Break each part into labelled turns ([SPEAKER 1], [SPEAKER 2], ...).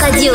[SPEAKER 1] Radio.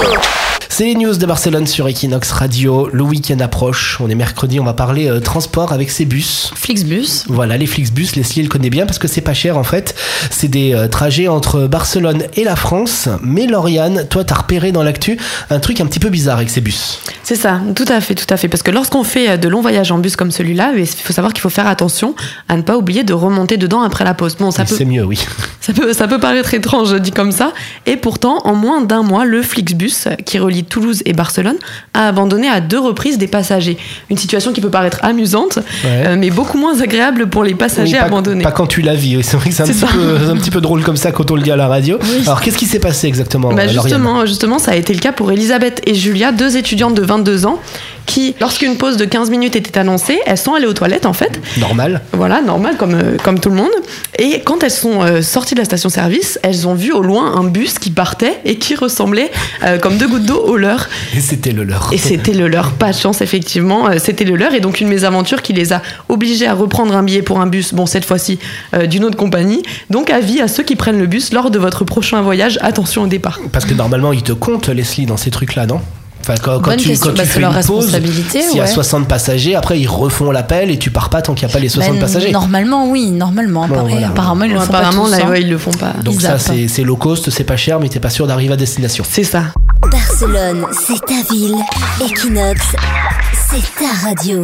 [SPEAKER 2] C'est les news de Barcelone sur Equinox Radio. Le week-end approche. On est mercredi, on va parler euh, transport avec ces bus.
[SPEAKER 3] Flixbus.
[SPEAKER 2] Voilà, les Flixbus, Leslie le connaît bien parce que c'est pas cher en fait. C'est des euh, trajets entre Barcelone et la France. Mais Lauriane, toi, t'as repéré dans l'actu un truc un petit peu bizarre avec ces bus.
[SPEAKER 3] C'est ça, tout à fait, tout à fait. Parce que lorsqu'on fait euh, de longs voyages en bus comme celui-là, il faut savoir qu'il faut faire attention à ne pas oublier de remonter dedans après la pause. Bon, ça
[SPEAKER 2] Et
[SPEAKER 3] peut,
[SPEAKER 2] C'est mieux, oui.
[SPEAKER 3] ça peut, ça peut paraître étrange dit comme ça. Et pourtant, en moins d'un mois, le Flixbus, euh, qui relie Toulouse et Barcelone, a abandonné à deux reprises des passagers. Une situation qui peut paraître amusante,
[SPEAKER 2] Ouais.
[SPEAKER 3] euh, mais beaucoup moins agréable pour les
[SPEAKER 2] Oui,
[SPEAKER 3] passagers
[SPEAKER 2] pas,
[SPEAKER 3] abandonnés.
[SPEAKER 2] Pas quand tu la vis. C'est vrai que c'est un,
[SPEAKER 3] C'est
[SPEAKER 2] petit
[SPEAKER 3] ça.
[SPEAKER 2] peu- c'est un petit peu drôle comme ça quand on le dit à la radio.
[SPEAKER 3] Oui.
[SPEAKER 2] Alors qu'est-ce qui s'est passé exactement
[SPEAKER 3] Bah
[SPEAKER 2] euh, Lauriane
[SPEAKER 3] justement, justement, ça a été le cas pour Elisabeth et Julia, deux étudiantes de 22 ans, qui, lorsqu'une pause de 15 minutes était annoncée, elles sont allées aux toilettes en fait,
[SPEAKER 2] Normal.
[SPEAKER 3] voilà, normal comme, euh, comme tout le monde. Et quand elles sont euh, sorties de la station-service, elles ont vu au loin un bus qui partait et qui ressemblait euh, comme deux gouttes d'eau au leur.
[SPEAKER 2] Et c'était le leur.
[SPEAKER 3] Et c'était le leur, pas de chance effectivement, euh, c'était le leur. Et donc une mésaventure qui les a obligés à reprendre un billet pour un bus, bon cette fois-ci euh, d'une autre compagnie. Donc avis à ceux qui prennent le bus lors de votre prochain voyage, attention au départ.
[SPEAKER 2] Parce que normalement, ils te comptent, Leslie, dans ces trucs-là, non Enfin, quand, quand
[SPEAKER 4] Bonne
[SPEAKER 2] tu,
[SPEAKER 4] question.
[SPEAKER 2] quand tu
[SPEAKER 4] Bah, c'est
[SPEAKER 2] fais une
[SPEAKER 4] leur
[SPEAKER 2] pause,
[SPEAKER 4] responsabilité,
[SPEAKER 2] s'il y a
[SPEAKER 4] ouais.
[SPEAKER 2] 60 passagers, après ils refont l'appel et tu pars pas tant qu'il n'y a pas les 60
[SPEAKER 4] Ben,
[SPEAKER 2] passagers.
[SPEAKER 4] Normalement, oui, normalement.
[SPEAKER 2] Bon,
[SPEAKER 4] Appara-
[SPEAKER 2] voilà.
[SPEAKER 4] Apparemment, ils le
[SPEAKER 3] Ouais,
[SPEAKER 4] font
[SPEAKER 3] apparemment,
[SPEAKER 4] pas tous,
[SPEAKER 3] là,
[SPEAKER 4] hein.
[SPEAKER 3] ouais, ils le font pas.
[SPEAKER 2] Donc
[SPEAKER 4] ils
[SPEAKER 2] ça,
[SPEAKER 4] zappent.
[SPEAKER 2] c'est c'est low cost, c'est pas cher, mais t'es pas sûr d'arriver à destination.
[SPEAKER 3] C'est ça.
[SPEAKER 1] Barcelone, c'est ta ville. Equinox, c'est ta radio.